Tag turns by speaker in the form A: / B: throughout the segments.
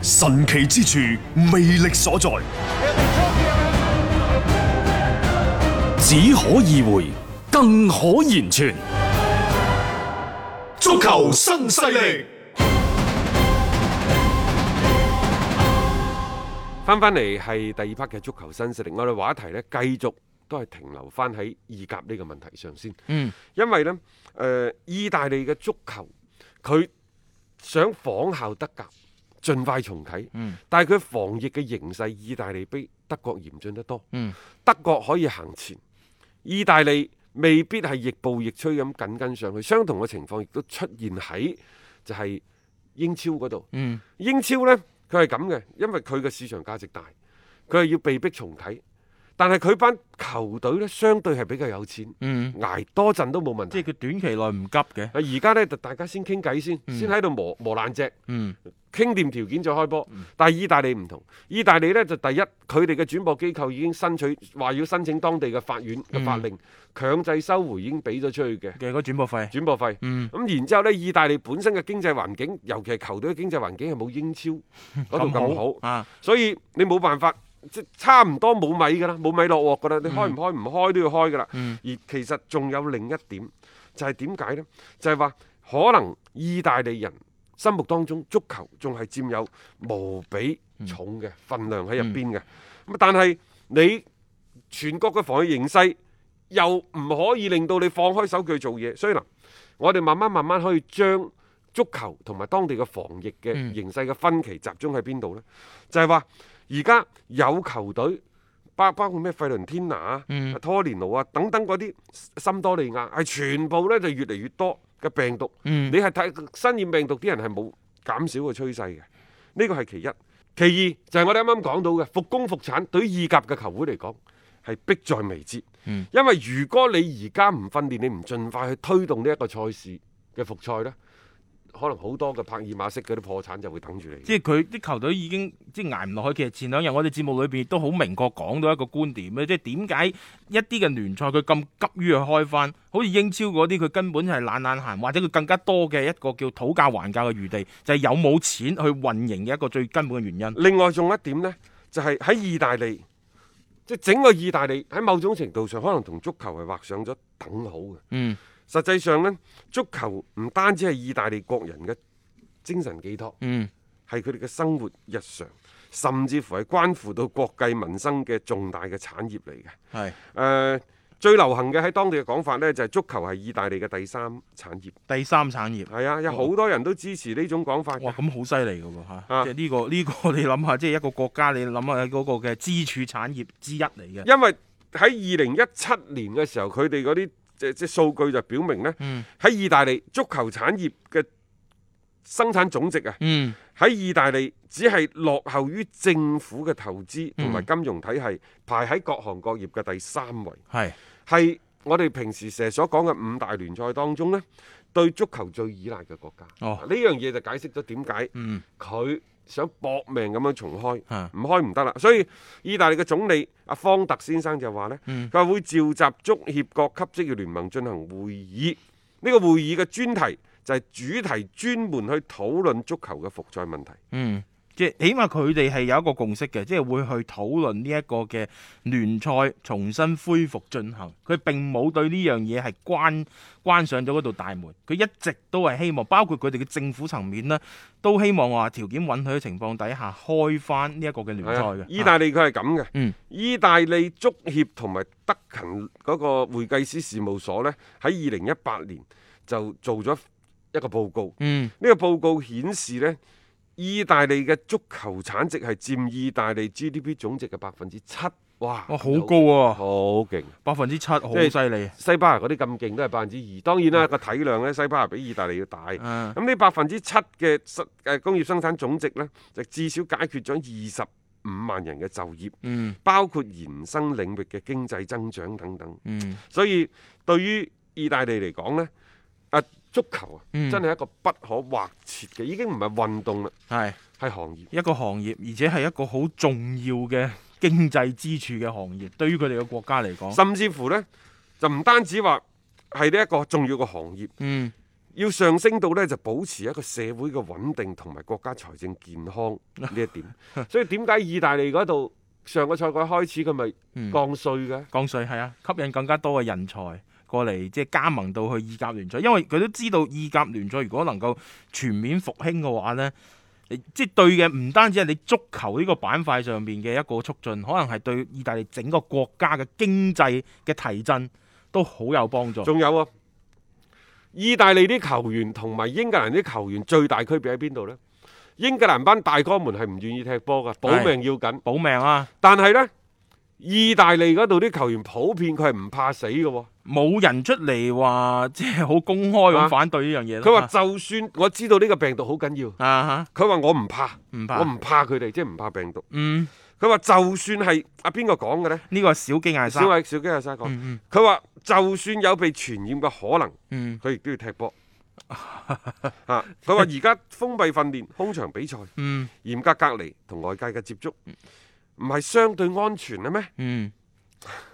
A: 神奇之處，魅力所在，
B: 只可意會，更可言傳。
A: 足球新勢力。
C: 翻翻嚟係第二 part 嘅足球新勢力，我哋話題呢，繼續都係停留翻喺意甲呢個問題上先。嗯，因為呢，誒、意大利嘅足球佢想仿效德甲，盡快重啟。
D: 嗯
C: 但係佢防疫嘅形勢，意大利比德國嚴峻得多。
D: 嗯，
C: 德國可以行前，意大利未必係亦步亦趨咁緊跟上去。相同嘅情況亦都出現喺就係英超嗰度。
D: 嗯，
C: 英超呢，佢係咁嘅，因為佢嘅市場價值大，佢係要被逼重啟。但係佢班球隊呢，相對係比較有錢，
D: 嗯，
C: 捱多陣都冇問題
D: 即。係佢短期內唔急嘅，
C: 啊而家呢，就大家先傾偈先，先喺度磨磨爛隻，
D: 嗯，
C: 傾掂條件再開波。但係意大利唔同，意大利呢，就第一，佢哋嘅轉播機構已經申請話要申請當地嘅法院嘅法令，強制收回已經俾咗出去嘅
D: 嘅嗰轉播費，
C: 轉播費。
D: 嗯，
C: 咁然之後呢，意大利本身嘅經濟環境，尤其係球隊嘅經濟環境係冇英 超嗰度咁好。
D: 啊，
C: 所以你冇辦法，即差唔多冇米㗎啦，冇米落鑊㗎啦，你開唔開唔開都要開㗎啦。
D: 嗯
C: 而其實仲有另一點，就係點解呢？就係、話可能意大利人心目當中足球仲係佔有無比
D: 嗯
C: 重嘅份量喺入邊嘅。咁、但係你全國嘅防疫形勢又唔可以令到你放開手腳做嘢，所以嗱，我哋慢慢慢慢可以將足球同埋當地嘅防疫嘅
D: 嗯
C: 形勢嘅分歧集中喺邊度呢？就係話而家有球隊包包括咩費倫天拿啊、
D: 嗯
C: 啊拖連奴啊等等嗰啲森多利亞，係全部呢就越嚟越多嘅病毒。
D: 嗯
C: 你係睇新染病毒啲人係冇減少嘅趨勢嘅，呢個係其一。其二就係我哋啱啱講到嘅復工復產，對於意甲嘅球會嚟講係迫在眉睫。
D: 嗯
C: 因為如果你而家唔訓練，你唔盡快去推動呢一個賽事嘅復賽呢，可能好多嘅帕爾馬式嗰啲破產就會等住你。
D: 即係佢啲球隊已經即係捱唔落去。其實前兩日我哋節目裏邊亦都好明確講到一個觀點咧，即係點解一啲嘅聯賽佢咁急於去開翻，好似英超嗰啲佢根本係懶懶閒，或者佢更加多嘅一個叫討價還價嘅餘地，就係、有冇錢去運營嘅一個最根本嘅原因。
C: 另外仲有一點呢，就係、喺意大利，即係整個意大利喺某種程度上可能同足球係畫上咗等號嘅。
D: 嗯
C: 實際上呢，足球唔單止係意大利國人嘅精神寄託，
D: 嗯
C: 係佢哋嘅生活日常，甚至乎係關乎到國計民生嘅重大嘅產業嚟嘅。誒、
D: 係
C: 最流行嘅喺當地嘅講法呢，就係、足球係意大利嘅第三產業。
D: 第三產業。
C: 係啊，有好多人都支持呢種講法嘅。
D: 哇，咁好犀利噶喎
C: 啊
D: 嚇！即係呢個呢、個你諗下，即係一個國家你諗下嗰個嘅支柱產業之一嚟嘅。
C: 因為喺二零一七年嘅時候，佢哋嗰啲即即數據就表明呢，
D: 嗯
C: 喺意大利足球產業嘅生產總值啊，
D: 嗯
C: 喺意大利只係落後於政府嘅投資同
D: 嗯
C: 埋金融體系，排喺各行各業嘅第三位。
D: 係
C: 係我哋平時成日所講嘅五大聯賽當中呢，對足球最依賴嘅國家。
D: 哦
C: 呢樣嘢就解釋咗點解
D: 嗯
C: 佢想搏命咁樣重開。
D: 嚇
C: 唔開唔得啦。所以意大利嘅總理阿方特先生就話呢，
D: 嗯
C: 佢話會召集足協各級職業聯盟進行會議。呢、個會議嘅專題就係主題專門去討論足球嘅復賽問題。
D: 嗯即係起碼佢哋係有一個共識嘅，即係會去討論呢一個嘅聯賽重新恢復進行。佢並冇對呢樣嘢係關關上咗嗰道大門，佢一直都係希望，包括佢哋嘅政府層面呢，都希望話條件允許嘅情況底下開翻呢一個嘅聯賽
C: 係啊
D: 嘅。
C: 意大利佢係咁嘅。
D: 嗯
C: 意大利足協同埋德勤嗰個會計師事務所呢，喺二零一八年就做咗一個報告。
D: 嗯
C: 呢、個報告顯示呢，意大利嘅足球產值係佔意大利 GDP 總值嘅百分之七。哇！
D: 哇，好高啊喎，
C: 好勁！
D: 百分之七，好
C: 係
D: 犀利。
C: 西班牙嗰啲咁勁都係百分之二，當然啦個體量呢，西班牙比意大利要大。
D: 嗯
C: 咁呢百分之七嘅生誒工業生產總值呢，就至少解決咗二十五萬人嘅就業，
D: 嗯
C: 包括延伸領域嘅經濟增長等等。
D: 嗯
C: 所以對於意大利嚟講呢，啊足球啊，
D: 嗯
C: 真係一個不可或缺嘅，已經唔係運動啦，
D: 係
C: 係行業。
D: 一個行業，而且係一個好重要嘅經濟支柱嘅行業，對於佢哋嘅國家嚟講，
C: 甚至乎呢，就唔單止話係呢一個重要嘅行業，
D: 嗯
C: 要上升到呢，就保持一個社會嘅穩定同埋國家財政健 康呢一點。所以點解意大利嗰度上個賽季開始佢咪
D: 嗯，
C: 降税嘅？
D: 降税係啊，吸引更加多嘅人才過嚟，即係加盟到去意甲聯賽，因為佢都知道意甲聯賽如果能夠全面復興嘅話呢。你即係對嘅唔單止係你足球呢個板塊上面嘅一個促進，可能係對意大利整個國家嘅經濟嘅提振都好有幫助。
C: 仲有啊，意大利啲球員同埋英格蘭啲球員最大區別喺邊度呢？英格蘭班大哥們係唔願意踢波㗎，保命要緊。
D: 保命啊！
C: 但係呢，意大利嗰度啲球員普遍佢係唔怕死嘅喎。
D: 冇人出嚟話即係好公開
C: 啊
D: 咁反對啊呢樣嘢啦。
C: 佢話就算我知道呢個病毒好緊要，
D: 啊
C: 佢話我唔怕，
D: 吓，唔怕，
C: 我唔怕佢哋，即係唔怕病毒。
D: 嗯，
C: 佢話就算係阿邊個講嘅呢？
D: 呢個係小基艾
C: 小
D: 莎，
C: 偉小基亞沙講，
D: 嗯
C: 佢話就算有被傳染嘅可能，
D: 嗯
C: 佢亦都要踢波。 啊！佢話而家封閉訓練、空場比賽、
D: 嗯
C: 嚴格隔離同外界嘅接觸，唔係相對安全嘅咩？
D: 嗯，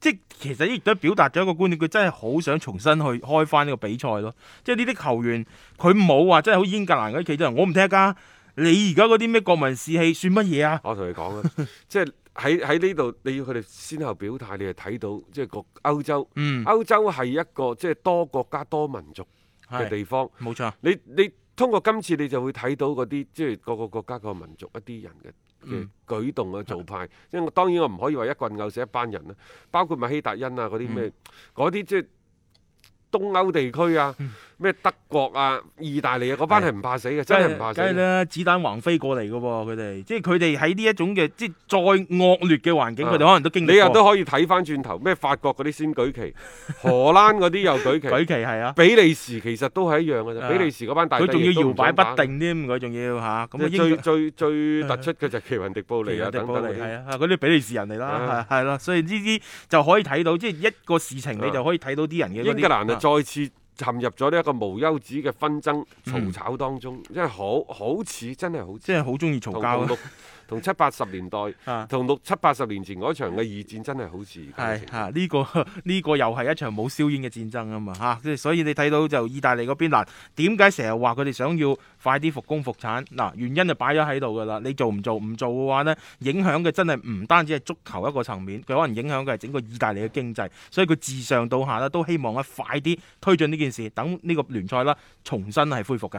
D: 即係其實亦都表達咗一個觀點，佢真係好想重新去開翻呢個比賽咯。即係呢啲球員，佢冇話真係好似英格蘭嗰啲企隊人，我唔踢噶。你而家嗰啲咩國民士氣算乜嘢啊？
C: 我同你講啊， 即係喺喺呢度，你要佢哋先後表態，你就睇到即係個歐洲，
D: 嗯，
C: 歐洲係一個即係多國家多民族嘅
D: 係
C: 地方。
D: 冇錯，
C: 你你通過今次你就會睇到嗰啲即係各個國家個民族一啲人嘅。嘅
D: 嗯
C: 舉動啊、做派， 因為我當然我唔可以話一棍毆死一班
D: 嗯
C: 人啦，啊包括咪希達恩啊嗰啲咩，嗰啲即係東歐地區啊，
D: 嗯
C: 咩德國啊、意大利啊嗰班係唔怕死嘅，真係唔怕死
D: 梗係
C: 嘅。
D: 啦，子彈橫飛過嚟嘅喎，佢哋即係佢哋喺呢一種嘅即係再惡劣嘅環境，佢哋可啊能都經歷
C: 你又
D: 過
C: 都可以睇翻轉頭，咩法國嗰啲先舉旗，荷蘭嗰啲又舉旗，
D: 舉旗係啊。
C: 比利時其實都係一樣嘅啫。
D: 啊
C: 比利時嗰班大帝
D: 佢仲要
C: 亦都
D: 搖
C: 唔想
D: 擺
C: 打
D: 不，定添，佢仲要嚇咁啊！
C: 即係
D: 英
C: 最
D: 格
C: 最最突出嘅就係奇雲迪布利啊
D: 迪
C: 等
D: 波
C: 等嗰
D: 利
C: 啲。
D: 係啊，嗰啲比利時人嚟啦
C: 啊，
D: 係係啦，所以呢啲就可以睇到，即係一個事情你
C: 啊
D: 就可以睇到啲人嘅嗰
C: 英
D: 啲
C: 格蘭啊，再次陷入咗呢一個無休止嘅紛爭
D: 嗯
C: 嘈吵當中，即係好好似真係好似
D: 即係好中意嘈
C: 同
D: 交啊
C: 同
D: 咯，
C: 六同七八十年代
D: 啊
C: 同六七八十年前嗰場嘅二戰真係好似而家嘅
D: 係
C: 情況
D: 嚇呢個 呢個又係一場冇硝煙嘅戰爭啊嘛嚇，即係所以你睇到就意大利嗰邊嗱，點解成日話佢哋想要快啲復工復產嗱？原因就擺咗喺度㗎啦，你做唔做唔做嘅話呢，影響嘅真係唔單止係足球一個層面，佢可能影響嘅係整個意大利嘅經濟，所以佢自上到下咧都希望咧快啲推進呢件事，等呢個聯賽啦重新係恢復嘅。